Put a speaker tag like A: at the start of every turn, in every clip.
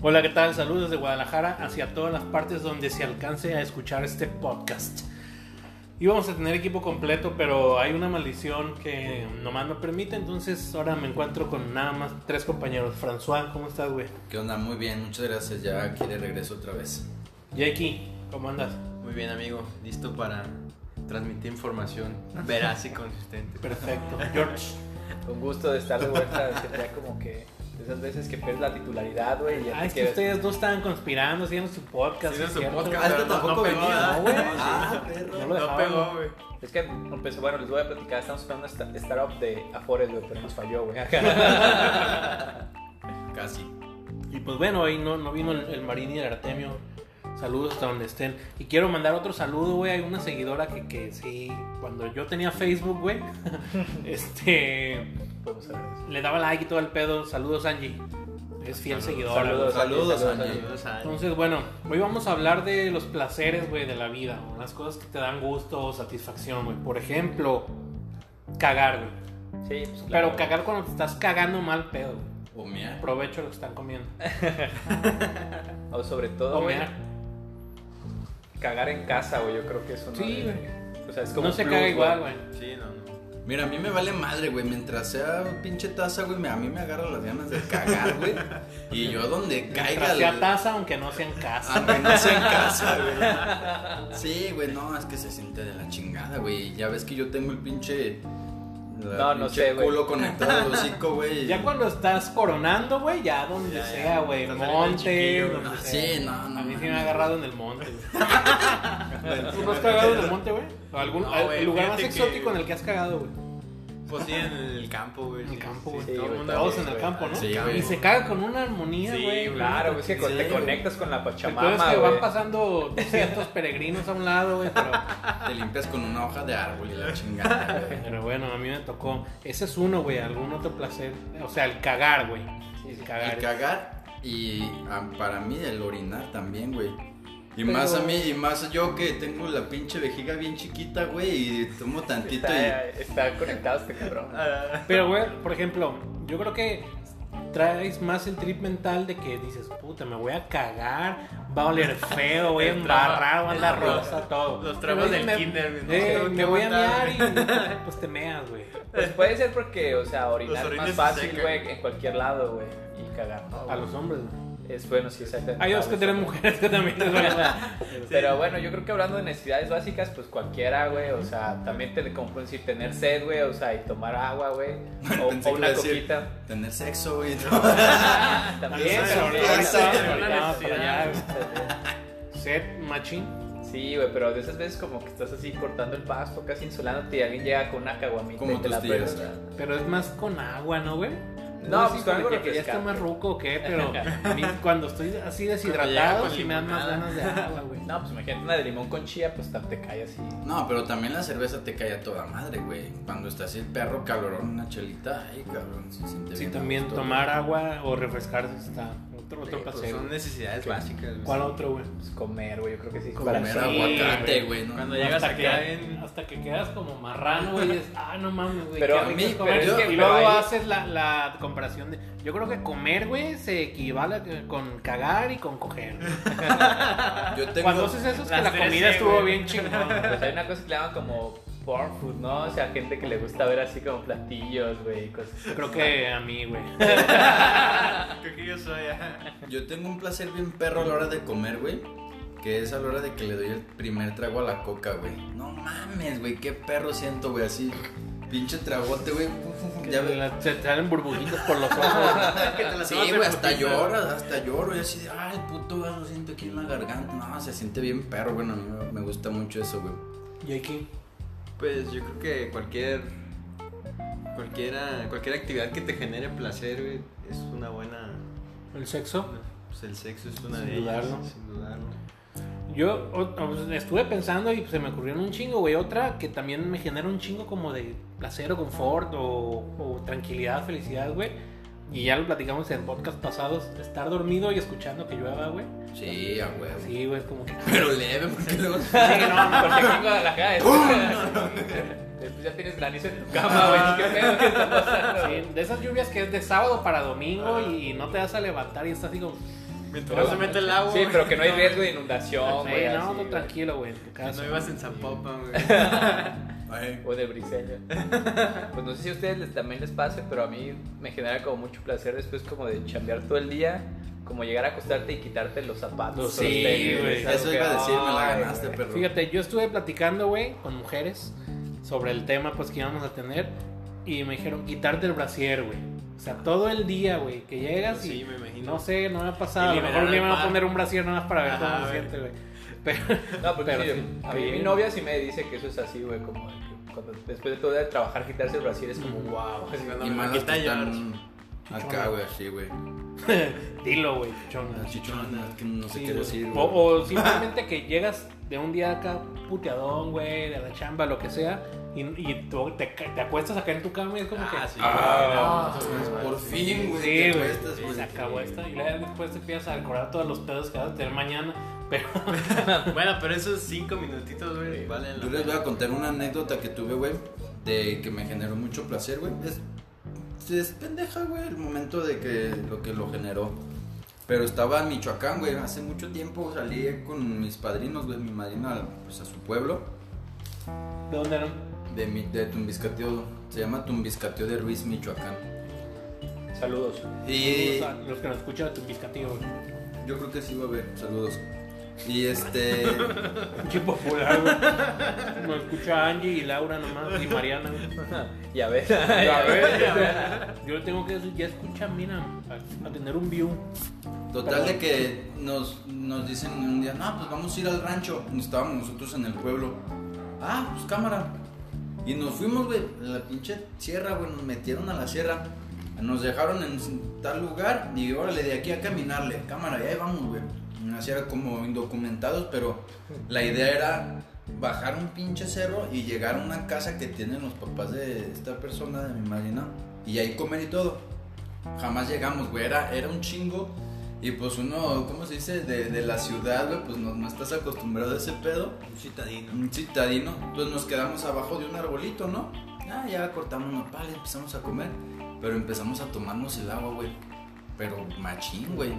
A: Hola, ¿qué tal? Saludos desde Guadalajara hacia todas las partes donde se alcance a escuchar este podcast. Íbamos a tener equipo completo, pero hay una maldición que nomás no permite, entonces ahora me encuentro con nada más tres compañeros. François, ¿cómo estás, güey?
B: ¿Qué onda? Muy bien, muchas gracias. Ya aquí de regreso otra vez.
A: Jakey, ¿cómo andas?
C: Muy bien, amigo. Listo para transmitir información veraz y consistente.
A: Perfecto. George,
D: Un gusto de estar de vuelta, sería como que de esas veces que pierdes la titularidad, güey. y ya
A: ah,
D: te
A: es que
D: quedas-
A: ustedes dos estaban conspirando, haciendo su podcast.
C: Hicieron
A: ¿es
C: su
A: cierto?
C: podcast,
B: Ah,
C: pero
B: esto tampoco
C: pegó,
B: venía.
C: ¿verdad?
A: No, güey.
B: Ah, perro.
A: No lo
C: No
A: dejaban.
C: pegó, güey.
D: Es que empezó, bueno, les voy a platicar, estamos esperando una sta- startup de Afores, güey, pero nos falló, güey.
A: Ah.
B: Casi.
A: Y pues bueno, ahí no, no vino el, el Marín y el Artemio. Saludos hasta donde estén. Y quiero mandar otro saludo, güey. Hay una seguidora que, que sí, cuando yo tenía Facebook, güey, este,
D: Podemos hablar de eso.
A: le daba like y todo el pedo. Saludos, Angie. Es fiel
C: Saludos,
A: seguidora.
B: saludos.
A: güey.
B: Angie.
C: Saludos a-
A: Entonces, bueno, hoy vamos a hablar de los placeres, güey, de la vida. güey. Las cosas que te dan gusto o satisfacción, güey. Por ejemplo, cagar, güey.
D: Sí, pues
A: Pero
D: claro.
A: cagar cuando te estás cagando mal, pedo. güey.
B: O mea.
A: Aprovecho lo que están comiendo.
D: O sobre todo,
A: O
D: güey,
A: mear.
D: cagar en casa, güey, yo creo que eso no...
A: Sí,
D: de- O sea, es como
A: No se
D: plus,
A: caga igual, güey.
C: Sí, no, no.
B: Mira, a mí me vale madre, güey. Mientras sea pinche taza, güey, me- a mí me agarra las ganas de cagar, güey. Y yo donde caiga.
A: Mientras sea
B: güey,
A: taza, aunque no sea en
C: Ah,
A: casa.
B: Aunque no sea en casa, güey. Sí, güey, no, es que se siente de la chingada, güey. Ya ves que yo tengo el pinche.
D: No,
B: la
D: no
B: pinche
D: sé, güey.
B: culo conectado al hocico, güey.
A: Ya cuando estás coronando, güey, ya donde
C: Ya, ya.
A: sea, güey.
C: Estás saliendo
A: Monte,
C: chiquillo, Ah,
A: donde
B: güey.
A: sea.
B: Ah, Sí, no, no,
A: A mí sí me
B: mames.
A: ha agarrado en el monte, güey. ¿Tú no has cagado en el monte, güey? ¿O ¿Algún,
C: No,
A: al-
C: güey,
A: el lugar más
C: fíjate que-
A: exótico en el que has cagado, güey?
C: Pues sí, en el campo, güey.
A: En el
C: Sí,
A: campo, güey.
C: todo el
D: güey,
C: mundo-
A: Todos en
D: güey.
A: el campo, ¿no?
B: Sí,
A: y
B: güey.
A: se caga con una armonía,
C: Sí,
A: güey.
D: Claro, güey, es que
B: Sí,
D: te
B: güey.
D: conectas con la
A: El peor es
D: Pachamama,
A: que van
D: güey.
A: pasando 200 peregrinos a un lado, güey, pero...
B: Te limpias con una hoja de árbol y la chingada, güey.
A: Pero bueno, a mí me tocó. Ese es uno, güey, algún otro placer. O sea, el cagar, güey.
D: Sí, sí.
A: El
B: El
A: cagar.
B: cagar y ah, para mí el orinar también, güey. Y
D: Pero-
B: más a mí, y más yo que tengo la pinche vejiga bien chiquita, güey, y tomo tantito y...
D: Está, está conectado este cabrón.
C: Ah,
A: Pero, güey, por ejemplo, yo creo que traes más el trip mental de que dices, puta, me voy a cagar, va a oler feo, voy a
C: El traba-
A: embarrar, va a
C: el
A: andar
C: traba-
A: rosa, todo.
C: los trabas
A: Pero,
C: del
A: me-
C: kinder, güey, ¿no?
A: eh,
C: Tengo que
A: me voy a
C: aguantar.
A: mear y pues te meas, güey.
D: Pues puede ser porque, o sea, orinar
C: Los
D: es
C: orines
D: más
C: se
D: fácil,
C: secan.
D: güey, en cualquier lado, güey. Y cagar,
C: Oh,
D: ¿no?
A: A los hombres, güey.
D: Es bueno, sí,
A: Ah,
D: exactamente. Ah,
A: Hay dos
D: A
A: que
D: los
A: tienen
D: hombres.
A: mujeres que también les vale madre.
D: Pero bueno, yo creo que hablando de necesidades básicas, pues cualquiera, güey. O sea, también te como decir tener sed, güey. O sea, y tomar agua, güey. O,
B: Pensé
D: o
B: que iba
D: una
B: a decir,
D: coquita.
B: Tener sexo, güey.
D: También,
B: Eso,
D: también,
B: eso,
D: también,
B: eso,
D: también,
C: una
D: también,
C: necesidad.
D: también.
A: Set, machín.
D: Sí, güey, pero de esas veces como que estás así cortando el pasto, casi insulándote y alguien llega con una caguamita
B: Como
D: y te
B: tus
D: la
B: tías.
D: pruebas.
A: Pero es más con agua, ¿no, güey?
D: No,
A: sé
D: pues
A: si
D: con algo
A: porque que ya está
D: refrescante.
A: más ruco o qué, pero a mí cuando estoy así
C: llega
A: deshidratado,
C: con
A: sí me dan más
C: limonada.
A: ganas de agua, güey.
D: No, pues imagínate una de limón con chía, pues ta- te cae así.
B: No, pero también la cerveza te cae a toda madre, güey. Cuando estás el perro calorón, una chelita, ay, cabrón, se siente
A: Sí,
B: bien a
A: también
B: gusto,
A: tomar agua o refrescarse está otro, otro
D: Sí, pues,
A: paseo.
C: Son necesidades
B: ¿Qué?
C: básicas, güey.
A: ¿Cuál otro, güey?
D: Pues comer, güey, yo creo que sí.
B: güey.
D: para
B: Comer
D: mí.
B: aguacate, güey. no
C: Cuando
B: mames.
C: llegas
A: hasta,
C: aquí
A: que,
C: a en...
A: hasta que quedas como marrano, güey, y dices, ah, no mames, güey.
D: Pero
A: qué
D: a
A: rico
B: mí,
A: es comer".
B: pero yo-
A: y luego
D: pero ahí-
A: haces la, la comparación de. Yo creo que comer, güey, se equivale a- con cagar y con coger.
B: Yo tengo...
A: Cuando haces eso es que
C: Las
A: la
C: tres
A: comida
C: C,
A: estuvo
C: güey.
A: bien chingona.
D: Pues hay una cosa que le llaman como porn food, ¿no? O sea, gente que le gusta ver así como platillos, güey, y cosas así.
A: Creo que a mí, güey.
C: Creo que yo soy, ajá.
B: Yo tengo un placer bien perro a la hora de comer, güey. Que es a la hora de que le doy el primer trago a la coca, güey. No mames, güey, qué perro siento, güey, así. Pinche tragote, güey. Fu, fu, fu, Ya
A: Ya
B: ve-
A: la- se te salen burbujitas por los ojos.
C: Que te las
B: Sí,
C: tomas en
B: güey, hasta
C: putiza.
B: lloras, hasta lloro. Y así de, ay, puto, ya lo siento aquí en la garganta. No, se siente bien perro, bueno, a mí me- me gusta mucho eso, güey.
A: y aquí,
C: Pues yo creo que cualquier cualquiera cualquier actividad que te genere placer güey, es una buena
A: el sexo.
C: pues el sexo es una
A: Sin
C: de
A: dudarlo.
C: ellas sin dudarlo
A: Yo o- o- estuve pensando y se me ocurrieron un chingo, güey. Otra que también me genera un chingo como de placer o confort o, o tranquilidad, felicidad, güey. Y ya lo platicamos en podcast pasados. Estar dormido y escuchando que llueva, güey.
B: Sí, a huevo.
A: Sí, güey, es como que.
B: Pero leve, porque luego.
D: Sí, no, no, porque aquí en Guadalajara
B: ¡Oh!
D: después, después ya tienes granizo en tu cama, güey. ¿Qué pedo que está pasando?
A: Sí, de esas lluvias que es de sábado para domingo y, y no te vas a levantar y estás así como.
E: Mientras no se mete el agua.
D: Sí, pero que no hay
E: güey.
D: riesgo de inundación,
A: Sí,
D: güey.
A: no,
D: así,
A: no,
D: güey.
A: tranquilo, güey, en tu
E: Que
A: casa.
E: no ibas en Zapopan, güey. Pues
B: Ay,
D: O en el briseño. Pues no sé si a ustedes les- también les pase, pero a mí me genera como mucho placer después como de chambear todo el día, como llegar a acostarte y quitarte los zapatos. los
A: Sí,
D: tenis,
A: güey.
D: es algo
B: Eso
D: que,
B: iba a decir, me la
D: ay,
B: ganaste,
D: güey.
B: perro.
A: Fíjate, yo estuve platicando, güey, con mujeres sobre el tema pues que íbamos a tener y me dijeron quitarte el brasier, güey. O sea, todo el día, güey, que llegas
E: Sí,
A: y
E: me imagino.
A: no sé, no me ha pasado. A
E: Y
A: lo mejor
E: liberar
A: me
E: al
A: iban a
E: par.
A: poner un brasier nada más para ver
E: Ajá,
A: cómo se
E: a ver.
A: siente, güey. Pero
D: No, porque
A: Pero
D: sí,
A: sí,
D: a mí
A: bien.
D: mi novia sí me dice que eso es así, güey, como de que cuando después de todo el día de trabajar quitarse el brasier es
A: Mm.
D: como wow.
E: Así Pues cuando
B: Y
E: me
B: manos
E: quita
B: que
E: llorar.
B: están acá, güey, así, güey.
A: dilo, güey, chona.
B: Las chichonas, que no sé
A: Sí,
B: qué
A: güey.
B: decir,
A: o,
B: güey.
A: o simplemente que llegas de un día acá puteadón, güey, de la chamba, lo que sea, y, y tú te, ca- te acuestas acá en tu cama y es como
E: Ah,
A: que...
E: sí.
B: Ah,
A: Ah,
B: entonces,
A: sí,
B: por fin, güey.
A: Sí,
B: te
A: güey.
B: acuestas,
A: sí,
B: güey.
A: Se acabó esta. Y luego después te empiezas a recordar todos los pedos que vas a tener mañana. Pero
E: Bueno, pero esos cinco minutitos, güey, valen la
B: Yo les voy a contar una anécdota que tuve, güey, de que me generó mucho placer, güey. Es, es pendeja, güey, el momento de que lo que lo generó. Pero estaba en Michoacán, güey, hace mucho tiempo salí con mis padrinos, güey, mi madrina, pues a su pueblo,
A: ¿de dónde era?
B: de, mi, de Tumbiscateo, se llama Tumbiscateo de Ruiz, Michoacán.
D: Saludos.
B: Y
A: Saludos a los que nos escuchan de tu piscativo. güey.
B: yo creo que sí va a haber, saludos. Y este,
A: Pinche popular, güey. Nos escucha Angie y Laura nomás. Y Mariana. güey.
D: Y a ver.
A: Ya ves, ya ves. Yo le tengo que decir, ya escucha, mira, a, a tener un view.
B: Total de que nos, nos dicen un día, no, pues vamos a ir al rancho. Y Estábamos nosotros en el pueblo. Ah, pues cámara. Y nos fuimos, güey, a la pinche sierra, güey, nos metieron a la sierra. Nos dejaron en tal lugar y órale, de aquí a caminarle. Cámara, ya vamos, güey. En la sierra como indocumentados, pero la idea era bajar un pinche cerro y llegar a una casa que tienen los papás de esta persona, de mi madrina, y ahí comer y todo. Jamás llegamos, güey, era, era un chingo. Y pues uno, ¿cómo se dice? De, de la ciudad, güey, pues no, no estás acostumbrado a ese pedo.
E: Un citadino.
B: Un citadino. Pues nos quedamos abajo de un arbolito, ¿no? Ah, ya cortamos nopales, empezamos a comer. Pero empezamos a tomarnos el agua, güey. Pero machín, güey.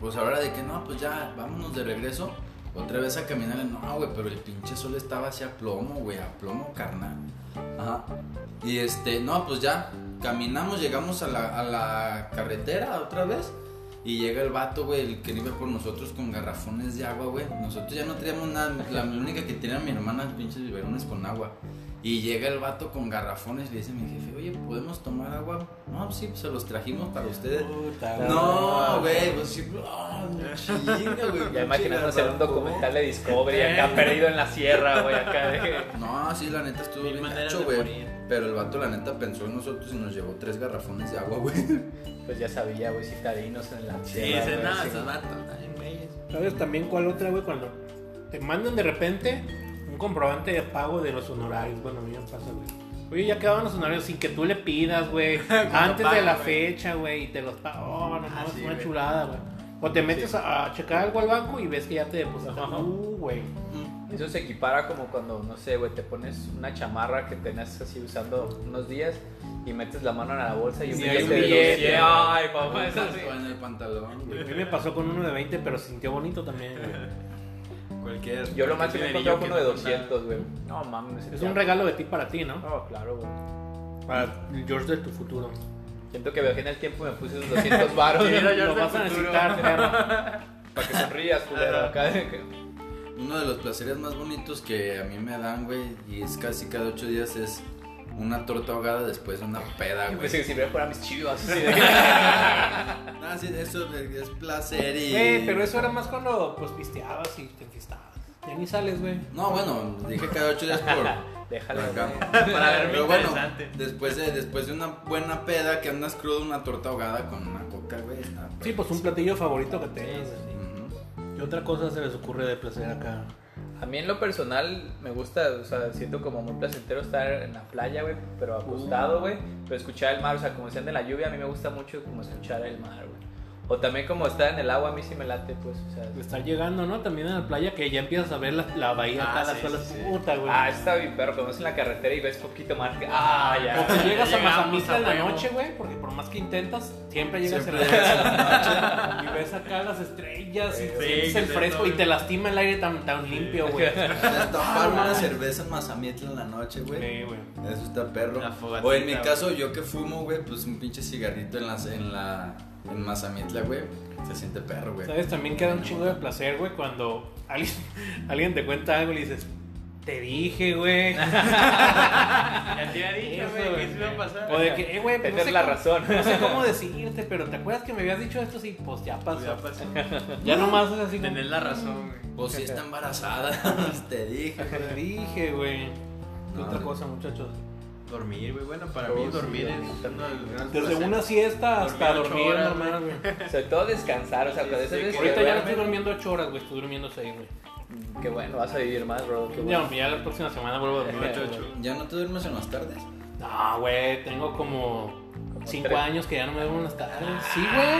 B: Pues ahora de que no, pues ya, vámonos de regreso. Otra vez a caminar. No, güey, pero el pinche sol estaba hacia plomo, güey. A plomo, carnal. Ajá. Y este, no, pues ya, caminamos, llegamos a la, a la carretera otra vez. Y llega el vato, güey, el que iba por nosotros con garrafones de agua, güey. Nosotros ya no teníamos nada. La única que tenía mi hermana, pinches biberones con agua. Y llega el vato con garrafones y le dice a mi jefe, oye, ¿podemos tomar agua? No, sí, pues se los trajimos para ustedes. No, güey, pues sí, ah, chinga, güey.
D: Ya imaginando hacer un
B: garrafón.
D: documental de Discovery acá perdido en la sierra, güey, acá de...
B: No, sí, la neta estuvo
E: Mil
B: bien
E: maneras
B: gacho,
E: de
B: güey.
E: morir.
B: Pero el vato, la neta, pensó en nosotros y nos llevó tres garrafones de agua, güey.
D: Pues ya sabía, güey, citadinos en la
E: Sí,
D: sierra.
E: dice,
D: güey,
E: nada,
D: sí.
E: esos vatos, ay, güey.
A: ¿Sabes también cuál otra, güey? Cuando te mandan de repente un comprobante de pago de los honorarios. Bueno, a mí me pasa, güey. Oye, ya quedaban los honorarios sin que tú le pidas, güey. antes
E: pago,
A: de la
E: güey.
A: fecha, güey. Y te los pago. Oh, no,
E: Ah,
A: no, es
E: sí,
A: una
E: güey.
A: chulada, güey. O te metes a, a checar algo al banco y ves que ya te depositaron. Uh, güey.
D: Eso se equipara como cuando, no sé, güey, te pones una chamarra que tenías así usando unos días y metes la mano en la bolsa y un
A: Sí,
D: billete
A: hay un
D: de
A: billete,
D: 200.
A: güey.
D: Ay, papá,
E: Pues,
D: es así.
B: en el pantalón,
A: A
B: güey.
A: mí me pasó con uno de 20, pero sintió bonito también, güey.
E: Cualquier.
D: Yo lo más que me he
E: dinerillo
D: encontrado fue uno de
E: no cuesta nada.
D: 200, güey. No mames.
A: Es
D: ya-
A: un regalo de ti para ti,
E: Ah.
A: ¿no?
D: No, claro, güey.
A: Para el George de tu futuro.
D: Siento que viajé en el tiempo y me puse esos 200 baros.
E: Ah, Sí, era
D: güey,
A: Lo
E: George del
A: vas a
E: futuro.
A: necesitar, perro.
D: para que sonrías, culero.
E: Ajá.
D: Acá de que-
B: Uno de los placeres más bonitos que a mí me dan, güey, y es casi cada ocho días, es una torta ahogada después de una peda,
D: Yo
B: güey.
D: pensé que pues, si me fuera mis chivas. así de-
B: Ah, sí, eso es placer y...
A: Güey, Eh, pero eso era más cuando, pues, pisteabas y te enfiestabas. Ya ni sales, güey.
B: No, bueno, dije cada ocho días por...
D: Déjalo,
B: por acá.
D: güey.
E: Para verme
B: Pero bueno,
E: interesante.
B: después de, después de una buena peda que andas crudo, una torta ahogada con una coca, güey. está-
A: Sí, pues un platillo favorito que tengas. güey.
B: Ujú.
A: ¿Qué otra cosa se les ocurre de placer acá?
D: A mí en lo personal me gusta, o sea, siento como muy placentero estar en la playa, güey, pero acostado, güey, pero escuchar el mar, o sea, como sean de la lluvia, a mí me gusta mucho como escuchar el mar, güey. O también como estar en el agua, a mí sí me late, pues, o sea.
A: Estar llegando, ¿no? También a la playa que ya empiezas a ver la, la bahía
E: Ah,
A: acá, las
E: sí,
A: olas.
E: sí, sí.
A: Puta, güey.
D: Ah, está bien, perro, cuando vas en la carretera y ves poquito mar, que- ah,
A: o
D: ya.
A: que llegas a
E: Llegamos
A: Mazamitla
E: a
A: en la
E: huevo.
A: noche, güey, porque por más que intentas, siempre llegas
B: Siempre
A: en la noche a la noche y ves acá las estrellas y
D: Sí,
A: sientes
E: que
A: el
E: te
A: fresco
E: toque.
A: y te lastima el aire tan, tan limpio, güey.
B: Tapar una cerveza en Mazamitla en la noche, güey.
A: Sí, güey.
B: Eso está perro.
E: La fogatita,
B: O en mi
E: güey.
B: caso, yo que fumo, güey, pues un pinche cigarrito en la en la en Mazamitla, güey. Se siente perro, güey.
A: ¿Sabes? También queda un chingo de placer, güey, cuando alguien, alguien te cuenta algo y le dices, te dije, güey.
E: Ya te había dicho,
A: Eso,
E: güey,
A: güey.
E: que se iba a pasar.
A: O de que, eh, güey, pues no
D: Tener
A: sé,
D: la
A: cómo,
D: razón.
A: no sé cómo decirte, pero ¿te acuerdas que me habías dicho esto? Sí, pues ya pasó.
E: Ya
A: Ya,
E: pasó.
A: nomás es así como,
E: Tener la razón, güey.
B: Pues si está embarazada, pues, te dije.
A: te dije, güey. ¿Qué
B: No,
A: otra
B: güey.
A: cosa, muchachos?
E: Dormir, güey. Bueno, para
D: Oh,
E: mí
D: sí,
E: dormir
D: güey.
E: es uno de los grandes
A: Desde
E: placeres.
A: una siesta hasta
E: Dormir ocho
A: dormir
E: horas,
A: normal, güey.
D: Sobre todo descansar, o sea,
E: Sí,
D: cuando esas
E: sí,
D: veces
E: que-
D: que
A: Ahorita ya no estoy
D: duermen-
A: durmiendo 8 horas, güey. Estoy durmiendo 6, güey.
D: Qué bueno, vas a vivir más, bro. Qué bueno.
A: Ya, ya la próxima semana vuelvo a dormir 8,
D: Ocho,
A: 8.
B: ¿Ya no te duermes en las tardes?
A: No, güey. Tengo como
D: Como
A: 5
D: tres.
A: años que ya no me duermo en las tardes. Sí, güey.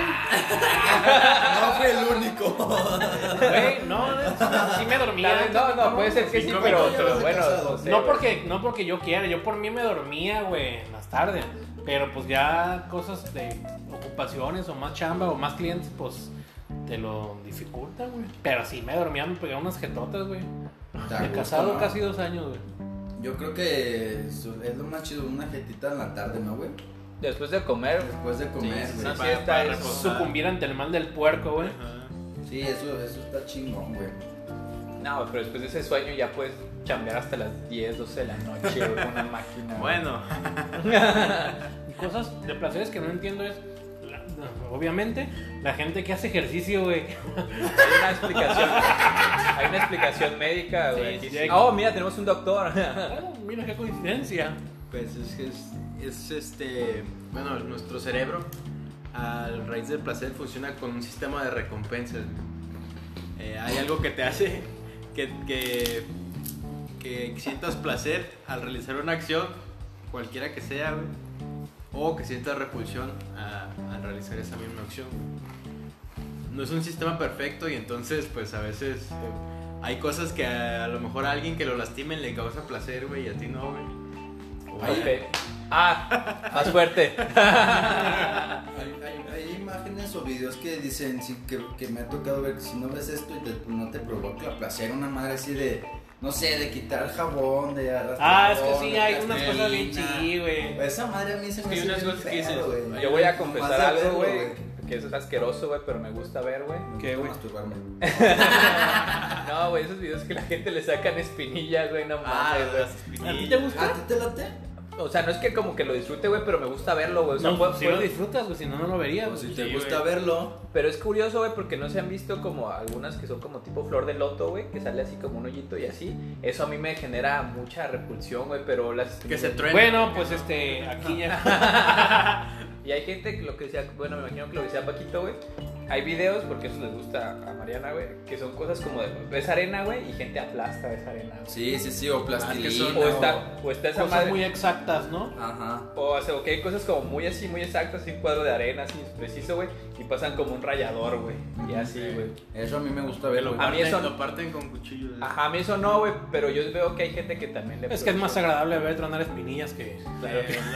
B: No fue el único.
A: Güey, no. de hecho, Sí me dormía.
D: No, no, puede ser que sí,
E: Cinco
D: pero,
B: minutos
D: pero
B: de
D: bueno.
B: cansado.
D: sé,
A: No
D: güey.
A: porque, no porque yo quiera, yo por mí me dormía, güey, en las tardes. Pero pues ya cosas de ocupaciones o más chamba o más clientes, pues te lo dificultan, güey. Pero sí me dormía, me pegaba unas jetotas, güey.
B: Está
A: De
B: gusto,
A: casado
B: ¿no?
A: casi dos años, güey.
B: Yo creo que su- es lo más chido, una jetita en la tarde, ¿no, güey?
D: Después de comer,
B: Después de comer,
D: sí,
B: güey.
D: sí.
B: Sí,
D: siesta es
B: Pues,
E: reposar.
B: ah.
A: Sucumbir ante el mal del puerco, güey.
E: Ajá.
B: eso, eso está chingón, güey.
D: no, pero después de ese sueño ya puedes chambear hasta las 10, 12 de la noche, güey, con una máquina. güey.
E: Bueno,
A: Y cosas de placeres que no entiendo es, la- obviamente, la gente que hace ejercicio, güey.
D: Hay una explicación. Hay una explicación médica, güey.
A: sí,
D: Aquí
A: hay-
D: sí. Oh, mira, tenemos un doctor.
A: Ah, mira qué coincidencia.
E: pues es que es, es, este. Bueno, nuestro cerebro, a raíz del placer, funciona con un sistema de recompensas. güey. Eh, hay algo que te hace que, que, que sientas placer al realizar una acción, cualquiera que sea, güey, O que sientas repulsión a- al realizar esa misma acción. No es un sistema perfecto y entonces, pues a veces. eh, hay cosas que a, a lo mejor a alguien que lo lastimen le causa placer, güey, y a ti no, güey. O-
D: Ok. Ah, más fuerte.
B: Hay, hay- hay imágenes o videos que dicen sí, que, que me ha tocado ver que si no ves esto y te- no te provoca placer, una madre así de, no sé, de quitar jabón, de arrastrar.
A: Ah, es que
B: jabón,
A: sí,
B: de
A: hay unas
B: plastilina.
A: cosas bien chidas, güey.
B: Esa madre a mí se me
E: Sí,
B: hace
E: unas
B: bien
E: cosas que dices,
B: feo, güey.
D: Yo voy a
B: Más
D: confesar
B: de verlo,
D: algo, güey. Que eso es asqueroso, güey, pero me gusta ver, güey.
B: Me
A: ¿Qué,
B: gusta
A: güey?
B: masturbarme.
D: No, güey, esos videos que la gente le sacan espinillas, güey, no
E: Ah,
D: mames, güey.
A: ¿A ti te
B: ¿A
A: gusta?
B: ti te late?
D: O sea, no es que como que lo disfrute, güey, pero me gusta verlo, güey. O sea,
A: No,
D: Pues puedo-
A: si
D: puedo
A: lo disfrutas, güey, si no, no lo verías.
B: O Pues si
A: güey.
B: te
E: Sí,
B: gusta
E: güey.
B: verlo,
D: Pero es curioso, güey, porque no se han visto como algunas que son como tipo flor de loto, güey, que sale así como un hoyito y así. Eso a mí me genera mucha repulsión, güey, pero las...
E: Que se truene.
A: Bueno, pues este, aquí ya.
D: Y hay gente que lo que decía, bueno, me imagino que lo que decía Paquito, güey. Hay videos, porque eso les gusta a Mariana, güey, que son cosas como de ves arena, güey, y gente aplasta esa arena, güey.
B: Sí, sí, sí, o plastilina.
E: Ah, son-
D: O está, o está esa
A: Cosas
D: madre...
A: muy exactas, ¿no?
B: Ajá.
D: O sea, ok, hay cosas como muy así, muy exactas, así un cuadro de arena, así preciso, güey, y pasan como un rayador, güey, y así, güey.
B: Eso a mí me gusta
E: Que
B: verlo.
E: lo
B: güey.
D: A mí
E: parten,
D: eso-
E: lo parten con cuchillo. güey.
D: Ajá, a mí eso no, güey, pero yo veo que hay gente que también le...
A: Es que es más
D: agradable.
A: agradable ver tronar espinillas que.
E: Eh,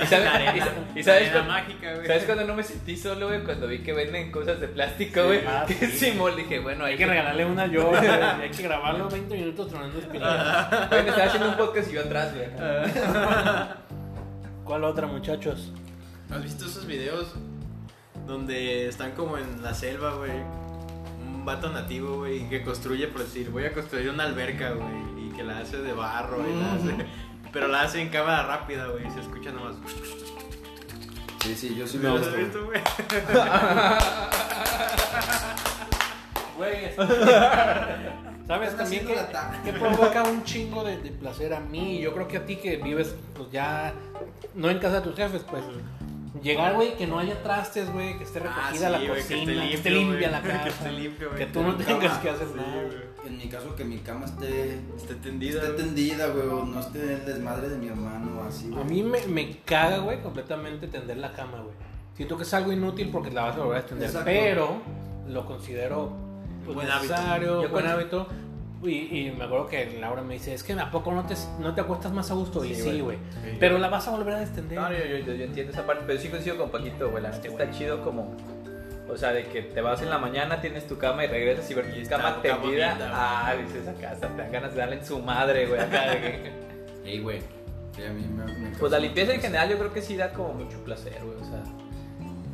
D: ¿Y sabes-
E: la arena,
D: y- y sabes
E: la arena
D: cu-
E: mágica, güey.
D: ¿Sabes cuando no me sentí solo, güey? Cuando vi que venden cosas de plástico, güey.
A: ah,
D: que
A: sí.
D: Simón dije, bueno,
A: Hay que regalarle una yo, güey. Hay que grabarlo 20 minutos tronando espinillas.
D: Güey, me estaba haciendo un podcast y yo atrás, güey.
E: Ah.
A: ¿Cuál otra, muchachos?
E: ¿Has visto esos videos donde están como en la selva, güey? Un vato nativo, güey, que construye, por decir, voy a construir una alberca, güey, y que la hace de barro, y la hace- Pero la hace en cámara rápida, güey, y se escucha nomás.
B: Sí, sí, yo sí me
E: ¿Lo has
B: gusta. güey.
E: visto, güey?
A: Güey, ¿sabes
B: Están
A: también
B: haciendo
A: que,
B: el ataque.
A: que provoca un chingo de, de placer a mí? Yo creo que a ti que vives, pues ya, no en casa de tus jefes, pues. Llegar, güey, que no haya trastes, güey, que esté
E: Ah,
A: recogida la
E: sí, güey,
A: cocina, que esté,
E: limpio,
A: limpia
E: güey,
A: la casa,
E: Que esté limpio, güey.
A: que tú no
E: tu
A: tengas
E: cama.
A: que hacer
E: Sí,
A: nada.
E: güey.
B: En mi caso, que mi cama esté,
E: Esté tendida.
B: esté
E: güey.
B: tendida, güey, o no esté el desmadre de mi hermano, así,
A: A
B: güey.
A: mí me, me caga, güey, completamente tender la cama, güey. Siento que es algo inútil porque la vas a volver a tender,
B: Exacto.
A: pero lo considero pues,
E: Buen hábito.
A: necesario,
D: Yo
A: buen
D: con-
A: hábito. Y, y me acuerdo que Laura me dice, es que ¿a poco no te, no te acuestas más a gusto? y
D: Sí,
A: sí,
D: güey.
A: güey.
E: Sí.
A: Pero la vas a volver a extender.
D: No, yo, yo, yo- yo entiendo esa parte, pero sí coincido con Paquito, güey. La
A: Este
D: neta está chido como. O sea, de que te vas en la mañana, tienes tu cama y regresas y ver
E: Y
D: tu
E: está
D: cama
E: boca bonita,
D: tendida.
E: güey.
D: Ah, dices acá, hasta te dan ganas de darle en su madre, güey. acá de que-
B: Ey, güey. Sí, a mí me- me
D: Pues la
B: causa
D: limpieza en
B: mucho-
D: general yo creo que sí da como mucho placer, güey. O sea,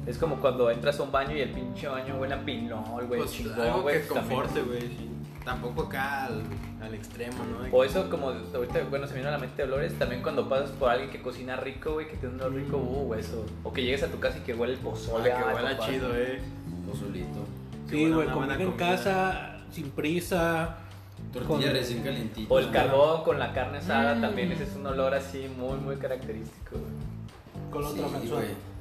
D: es como cuando entras a un baño y el pinche baño huele a pinol, güey.
E: Pues,
D: chingón,
E: algo
D: güey.
E: que
D: también.
E: conforte, güey. sí. Tampoco acá al, al extremo, ¿no? De
D: O eso como ahorita, bueno, se me vino a la mente de olores, también cuando pasas por alguien que cocina rico, güey, que tiene un olor rico, uh, güey, eso. O que llegues a tu casa y que huele el
E: que-
D: pozole.
E: ah, que
D: ah,
E: huela
D: compadre.
E: chido, eh.
B: Pozolito.
A: sí,
E: buena-
A: güey,
E: una buena
A: comer en
E: comida.
A: casa, sin prisa.
B: Tortilla
A: Con-
B: recién calentita.
D: O el carbón con la carne asada
E: Mm.
D: también, ese es un olor así muy, muy característico. güey.
A: Con
B: Sí,
A: otra mensual. Ah,
B: güey.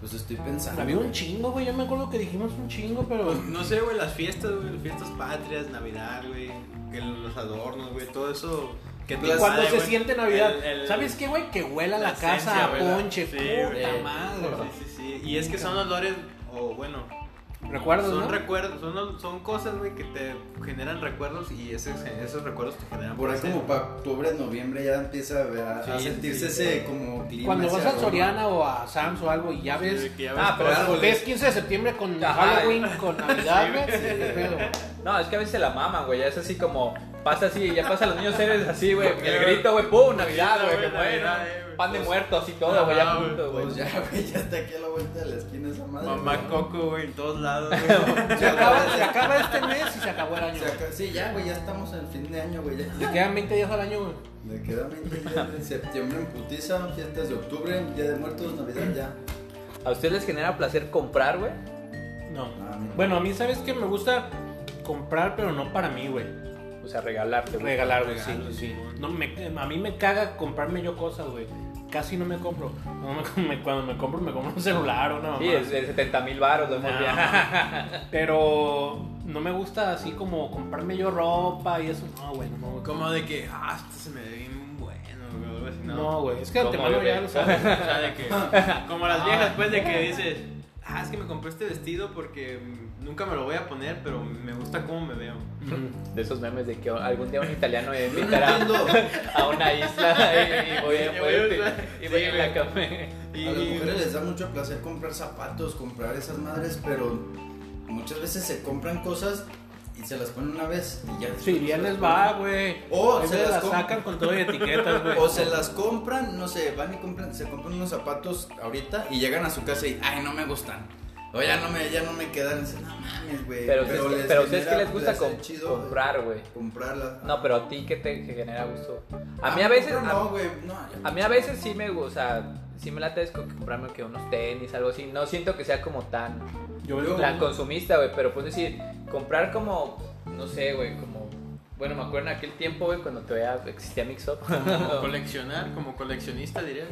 B: Pues estoy pensando.
A: Había un
B: güey.
A: chingo, güey. Yo me acuerdo que dijimos un chingo, pero.
E: Pues, No sé, güey, las fiestas, güey, las fiestas patrias, Navidad, güey, que los adornos, güey, todo eso. Que
A: Y cuando se siente Navidad, ¿sabes
E: qué?
A: qué, güey? Que huela la,
E: La esencia,
A: casa a
E: güey, la-
A: ponche,
E: sí,
A: puta
B: güey.
A: madre.
E: Sí, sí, sí. Y es que son olores, o bueno,
A: ¿Recuerdas,
E: son
A: no?
E: recuerdos, son, son cosas, güey, que te generan recuerdos y esos, esos recuerdos te generan
B: Por ahí
E: placer.
B: como para octubre, noviembre ya empieza a, a- a
E: Sí,
B: sentirse
E: sí.
B: ese como clima.
A: Cuando
B: ese
A: vas a
B: aroma.
A: Soriana o a Sam's o algo y ya
E: Sí,
A: ves.
E: que ya
D: Ah,
E: ves
D: pero
E: todo.
D: algo
A: ves 15 de septiembre con
D: Ajá,
A: Halloween, con Navidad,
E: Sí,
A: güey.
E: güey.
A: sí, qué pedo.
D: No, es que a veces la maman, güey, ya es así como, pasa así, ya pasa a los niños héroes así, güey, el grito, güey, pum, Navidad, güey, que mueren,
E: Navidad, eh, güey.
D: pan de
E: Pues,
D: muerto, así todo, güey,
E: ajá,
D: ya
E: güey,
D: punto, güey.
B: Pues ya, güey, ya está aquí a la vuelta de la esquina esa madre.
E: Mamá
B: güey.
E: Coco, güey, en todos lados,
A: Se acaba, se acaba este mes y se acabó el año.
B: Se acaba- Sí, ya, güey, ya estamos en fin de año, güey. ya.
A: Te quedan 20 días al año, güey.
B: Me quedan 20 días de septiembre en putiza, fiestas de octubre, día de muertos, navidad ya.
D: ¿A ustedes les genera placer comprar, güey?
A: No.
B: Ah, mira.
A: Bueno, a mí, ¿sabes que Me gusta comprar, pero no para mí, güey.
D: O sea, regalarte, güey.
A: Regalar, güey, sí,
E: Regalo,
A: sí, sí.
E: sí.
A: No, me, a mí me caga comprarme yo cosas, güey. Casi no me compro. No me- me- cuando me compro, me compro un celular o una mamá.
D: Sí, es de 70 mil baros, lo hemos
A: No,
D: visto.
A: Pero no me gusta así como comprarme yo ropa y eso. No, güey, no me gusta.
E: Como de que, ah, esto se me ve bien bueno, güey, o algo así, ¿no?
A: No, güey, es que de
D: ¿Cómo,
A: antemano
D: güey?
A: ya lo sabes.
E: O sea, de que, como las viejas, pues, de que dices, ah, es que me compré este vestido porque mm, nunca me lo voy a poner, pero me gusta cómo me veo.
A: Ujú.
D: De esos memes de que algún día un italiano me
B: Yo no
D: invitará
B: entiendo.
D: a una isla y, y voy, a-
E: Y
D: voy
E: voy a
D: a-
E: usar-
D: y voy
E: sí,
D: a la café.
E: Y,
B: A las mujeres les da mucho placer comprar zapatos, comprar esas madres, pero muchas veces se compran cosas y se las ponen una vez y ya.
A: Sí,
B: después se
A: bien
B: las
A: les
B: ponen.
A: va, güey.
B: O
A: Ahí
B: se
A: me
B: las
A: la
B: com-
A: sacan con todo y etiquetas, güey.
B: O se las compran, no sé, van y compran, se compran unos zapatos ahorita y llegan a su casa y, ay, no me gustan. O ya no me, ya no me quedan. Dicen, No mames, güey.
D: Pero, ustedes, pero ustedes que
B: genera
D: les gusta
B: placer
D: com-
B: chido, güey,
D: comprar, güey.
B: Comprarlas.
D: No, pero a ti que te que genera gusto. A mí
B: Ah,
D: a veces,
B: comprar
D: a,
B: No, güey, no.
D: a mí a veces sí me gusta, sí me late es co- comprarme que unos tenis, algo así. No siento que sea como tan,
A: Yo
B: Yo-
D: tan consumista, güey, pero puedes decir, comprar como, no sé, güey, como... Bueno, me acuerdo en aquel tiempo, güey, cuando todavía existía Mix Up.
E: Como coleccionar, como coleccionista, diría.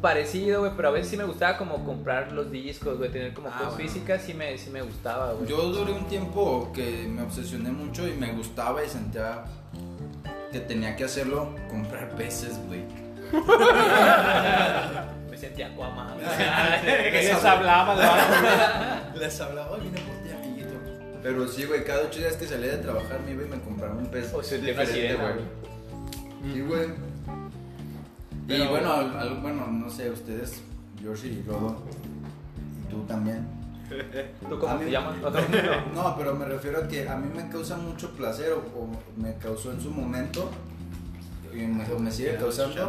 D: Parecido, güey, pero a veces sí me gustaba como comprar los discos, güey, tener como
E: Ah,
D: cosas
E: bueno.
D: físicas, sí me, sí me gustaba, güey.
B: Yo duré un tiempo que me obsesioné mucho y me gustaba y sentía que tenía que hacerlo, comprar peces, güey.
D: Me sentía Aquaman.
A: que
B: esa,
A: les
B: güey.
A: hablaba, güey.
B: Les hablaba, "Ay, vine por ti, amiguito. Pero sí, güey, cada ocho días que salía de trabajar me iba y me compraba un pez.
D: O sentía una
B: diferente,
D: sirena,
B: güey.
D: güey.
B: Sí, güey. Y
E: Pero-
B: bueno, al- al- bueno, no sé, ustedes, Yoshi y Rodo, y tú también.
D: ¿Tú cómo
B: A
D: te
B: mí-
D: llamas?
B: No, pero me refiero a que a mí me causa mucho placer o, o me causó en su momento y me, me sigue causando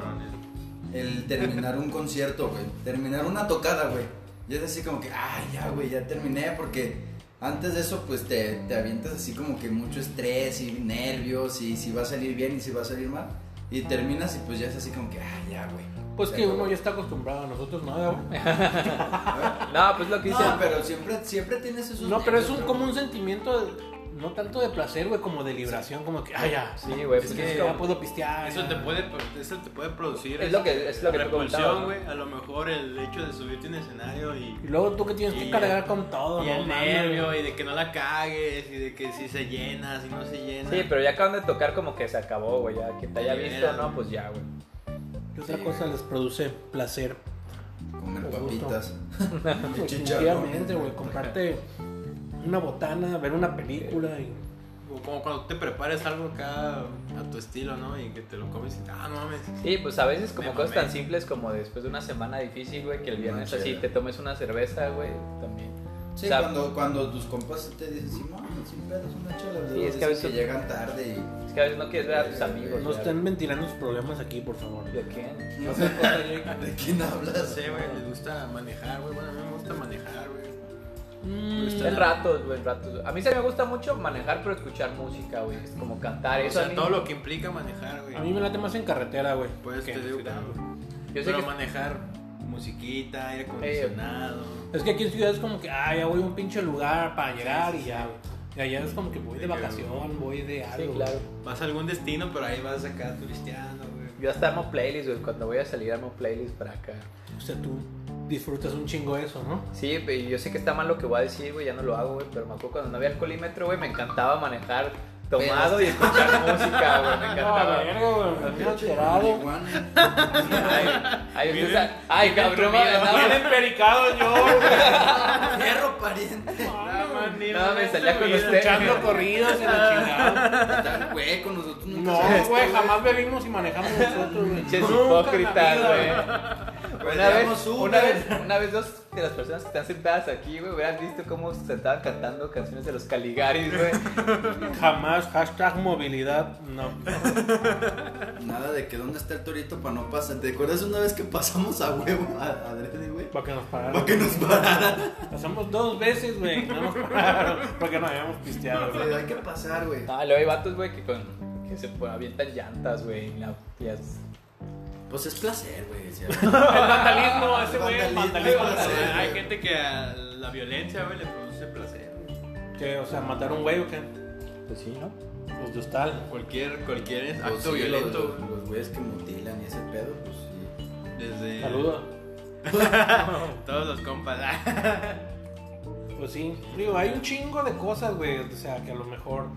B: el terminar un concierto, güey. Terminar una tocada, güey. Y es así como que, ah, ya, güey, ya terminé porque antes de eso, pues te, te avientas así como que mucho estrés y nervios y si va a salir bien y si va a salir mal. Y terminas y pues ya es así como que, ah, ya, güey.
A: Pues
B: Ya
A: que
B: acabó".
A: uno ya está acostumbrado, nosotros no, güey.
D: No, pues lo que hice.
B: No, pero siempre, siempre tienes esos.
A: No, pero es
B: nervios,
A: un,
B: güey.
A: como un sentimiento, de- no tanto de placer, güey, como de liberación, como que, ah, ya.
D: Sí, güey,
A: Es
D: pues
A: que
D: es
A: ya
D: como-
A: puedo pistear.
E: Ah, Eso
A: ya.
E: te puede, eso te puede producir
D: Es lo que- es lo que tú
E: repulsión,
D: comentabas,
E: güey. A lo mejor el hecho de subirte en escenario y,
A: Y luego tú que tienes que
E: Y-
A: cargar con todo,
E: y
A: no
E: el
A: mames,
E: nervio
A: güey.
E: y de que no la cagues y de que si se llena, si no se llena.
D: Sí, pero ya acaban de tocar como que se acabó, güey. Ya que te haya
E: Liberas,
D: visto, no,
E: güey.
D: pues ya, güey.
A: ¿Qué otra cosa les produce placer? Pues,
B: Comer
A: Justo.
B: papitas. Y chicharrones,
A: Definitivamente, güey, comprarte una botana, ver una película y
E: o como cuando te preparas algo acá a tu estilo, ¿no? Y que te lo comes y ah, no mames.
D: Sí, pues a veces como
E: Me
D: cosas
E: mamé.
D: tan simples como después de una semana difícil, güey, que el viernes
B: chela.
D: así te tomes una cerveza, güey, también.
B: Sí,
D: O sea,
B: cuando, cuando tus compas te dicen, Simón, sin pedos, una chela.
D: Sí, es que a veces-
B: que llegan tarde y.
D: Es que a veces no quieres ver a tus amigos.
A: No
D: güey.
A: estén ventilando sus problemas aquí, por favor.
D: ¿De quién?
B: No sé, ¿de quién
E: No
B: hablas?
E: sé, güey, les gusta manejar, güey. Bueno, a mí me gusta manejar, güey.
A: Mm,
D: En ratos, güey, en ratos. A mí se me gusta mucho manejar, pero escuchar música, güey. Es como cantar.
E: O
D: Eso a
E: sea,
D: mí-
E: todo lo que implica manejar, güey.
A: a mí me late más en carretera, güey.
E: Pues
A: que
E: te
A: en
E: digo,
A: ciudad, güey.
D: Yo sé
E: pero
D: que-
E: manejar musiquita, aire acondicionado.
A: Es que aquí en ciudad es como que, ah, ya voy a un pinche lugar para llegar y ya, güey. Y allá es como que voy de vacación, voy de
D: Sí,
A: algo.
D: claro.
E: Vas a algún destino, pero ahí vas acá turisteando, güey.
D: Yo hasta armo playlist, güey. Cuando voy a salir armo playlist para acá.
A: O sea, tú disfrutas un chingo eso, ¿no?
D: Sí, güey, yo sé que está mal lo que voy a decir, güey. Ya no lo hago, güey. Pero me acuerdo cuando no había alcoholímetro, güey, me encantaba manejar tomado y escuchar música, güey. Me encantaba.
B: Marihuana.
D: Ay, ustedes- ay, cabrón, mames, no,
A: Bien
D: mames,
A: empericado yo, güey.
B: Fierro pariente.
D: no, me salía con usted.
A: Escuchando corridos en la chingada.
B: Tan güey, con nosotros nunca
A: Ah. No,
B: se ha
A: güey,
B: visto,
A: jamás bebimos y manejamos nosotros, güey.
D: Pinches
A: Nunca en la vida,
D: hipócritas, güey.
B: Pues
D: Una
B: digamos
D: vez,
B: Uber.
D: una vez, una vez dos de las personas que están sentadas aquí, güey, hubieras visto cómo se estaban cantando canciones de los Caligaris, güey.
A: Jamás, hashtag movilidad, no.
B: Nada de que dónde está el torito para no pasar. ¿Te acuerdas una vez que pasamos a huevo a a adrede, güey?
A: Para que nos pararan.
B: Para que nos pararan.
A: Pasamos dos veces, güey. No nos pararon. Porque no habíamos pisteado, güey.
B: Güey, Hay que pasar, güey.
D: Ah, luego hay vatos, güey, que con que se pon- avientan llantas, güey, en la- y as-
B: Pues es placer, güey. sí.
A: El vandalismo, ese güey, el
B: Vandalismo,
A: vandalismo.
B: sí.
E: Hay gente que a la violencia, güey, le produce placer.
A: Que, o sea, matar a un güey o qué?
D: Pues sí, ¿no?
A: Pues de tal.
E: Cualquier, cualquier
B: Pues sí,
E: acto violento,
B: los- Los güeyes que mutilan y ese pedo, pues sí.
E: güey, desde
D: Eh.
A: Saludo.
E: todos los compas.
A: Pues sí. Digo, hay un chingo de cosas, güey. O sea, que a lo mejor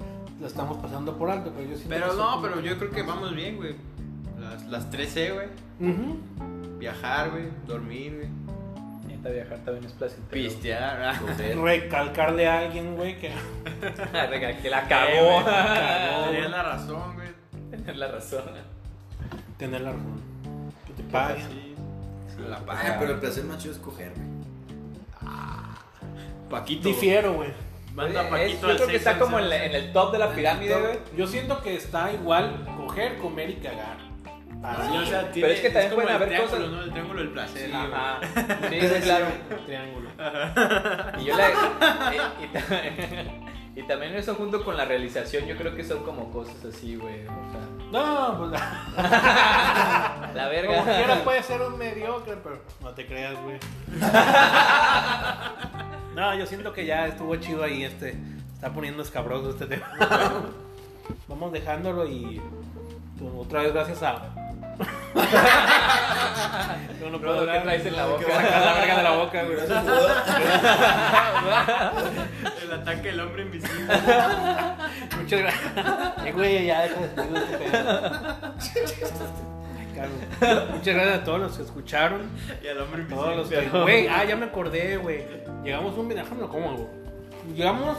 A: la estamos pasando por alto, pero yo siento
E: Pero
A: que
E: no,
A: son-
E: pero yo creo que vamos bien, güey. Las, las 13, güey.
A: Ujú.
E: Viajar, güey. Dormir, güey.
D: Neta, viajar también es placentero.
E: Pistear, ah.
B: Coger.
A: Recalcarle a alguien, güey, que
D: Ah, Regal, que la
E: Eh,
D: cagó.
E: güey, cagó, Tenías la razón, güey.
D: Tener la razón.
A: tener la razón. Que te paguen.
E: Sí. La
B: Vaya,
D: Ah.
E: paga,
B: pero el placer más chido es coger, güey.
E: Paquito.
A: Difiero, güey.
E: Manda
D: Es-
E: Paquito
D: yo
E: al
D: creo que está
E: 611.
D: como en, la- en el top de la pirámide,
B: top.
D: güey.
A: Yo siento que está igual coger, comer y cagar. Para
E: Ah, Sí,
A: mí,
E: o sea,
D: Pero es que también
E: como
D: pueden
E: el
D: haber
E: triángulo,
D: cosas-
E: ¿no? El triángulo del placer. güey.
D: Ajá. Sí, sí, claro.
A: triángulo.
E: Ah.
D: Y yo la. eh, Y, y ta- y también eso junto con la realización, yo creo que son como cosas así, güey. O sea,
A: No, pues
D: la
A: como pues,
D: verga.
A: quiera puede ser un mediocre, pero no te creas, güey. No, yo siento que ya estuvo chido ahí este. Está poniendo escabroso este tema. Vamos dejándolo y pues, otra vez gracias a. Yo no
D: Rodo, ¿qué
A: hablar.
D: traes en la boca?
A: Saca la verga de la boca,
E: Ah,
A: güey.
E: El ataque del hombre invisible.
A: Muchas gracias. Eh, güey, ya deja de escribir este pedo. Ay, cabrón. Muchas gracias a todos los que escucharon.
E: Y al hombre invisible.
A: Todos los que. Güey, ah, ya me acordé, güey. Llegamos un video. Déjamelo como, güey. Llegamos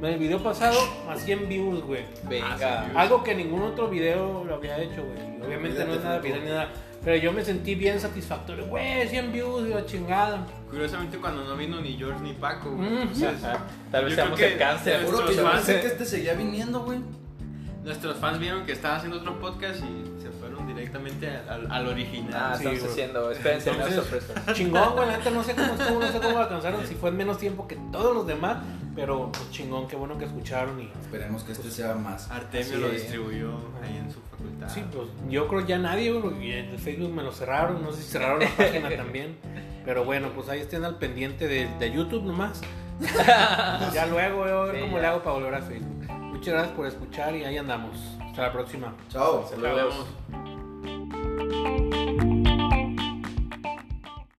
A: en el video pasado a 100 views, güey.
D: Venga.
A: Algo que ningún otro video lo había hecho, güey. Y Obviamente no es nada viral ni nada. Pero yo me sentí bien satisfactorio. Güey, 100 views y la chingada.
E: Curiosamente cuando no vino ni George ni Paco, güey.
A: Mm.
E: Entonces,
D: Tal
E: Yo
D: vez
E: creo
D: seamos
E: que-
D: el cáncer.
E: Seguro
B: Seguro
E: que
B: que
E: yo
B: yo
E: pensé
B: pensé
E: que
B: que este seguía viniendo, güey.
E: nuestros fans vieron que estaba haciendo otro podcast y se fueron directamente al, al
D: Ah,
E: original.
A: sí,
D: estamos
A: güey.
D: haciendo. Espérense, no es
A: Entonces-
D: sorpresa.
A: Chingón, güey, la neta no sé cómo estuvo, no sé cómo lo alcanzaron, si fue en menos tiempo que todos los demás, pero pues, chingón, qué bueno que escucharon y
B: Esperemos que este sea más.
E: Artemio
D: Así
E: lo
D: es.
E: distribuyó ahí en su facultad.
A: sí, pues yo creo ya nadie, güey, y en el Facebook me lo cerraron, no sé si cerraron la página también, pero bueno, pues ahí estén al pendiente de, de YouTube nomás. ya luego voy a ver
D: Sí,
A: cómo
D: ya.
A: le hago para volver a Facebook. Muchas gracias por escuchar y ahí andamos. Hasta la próxima.
B: Chao.
E: Nos vemos.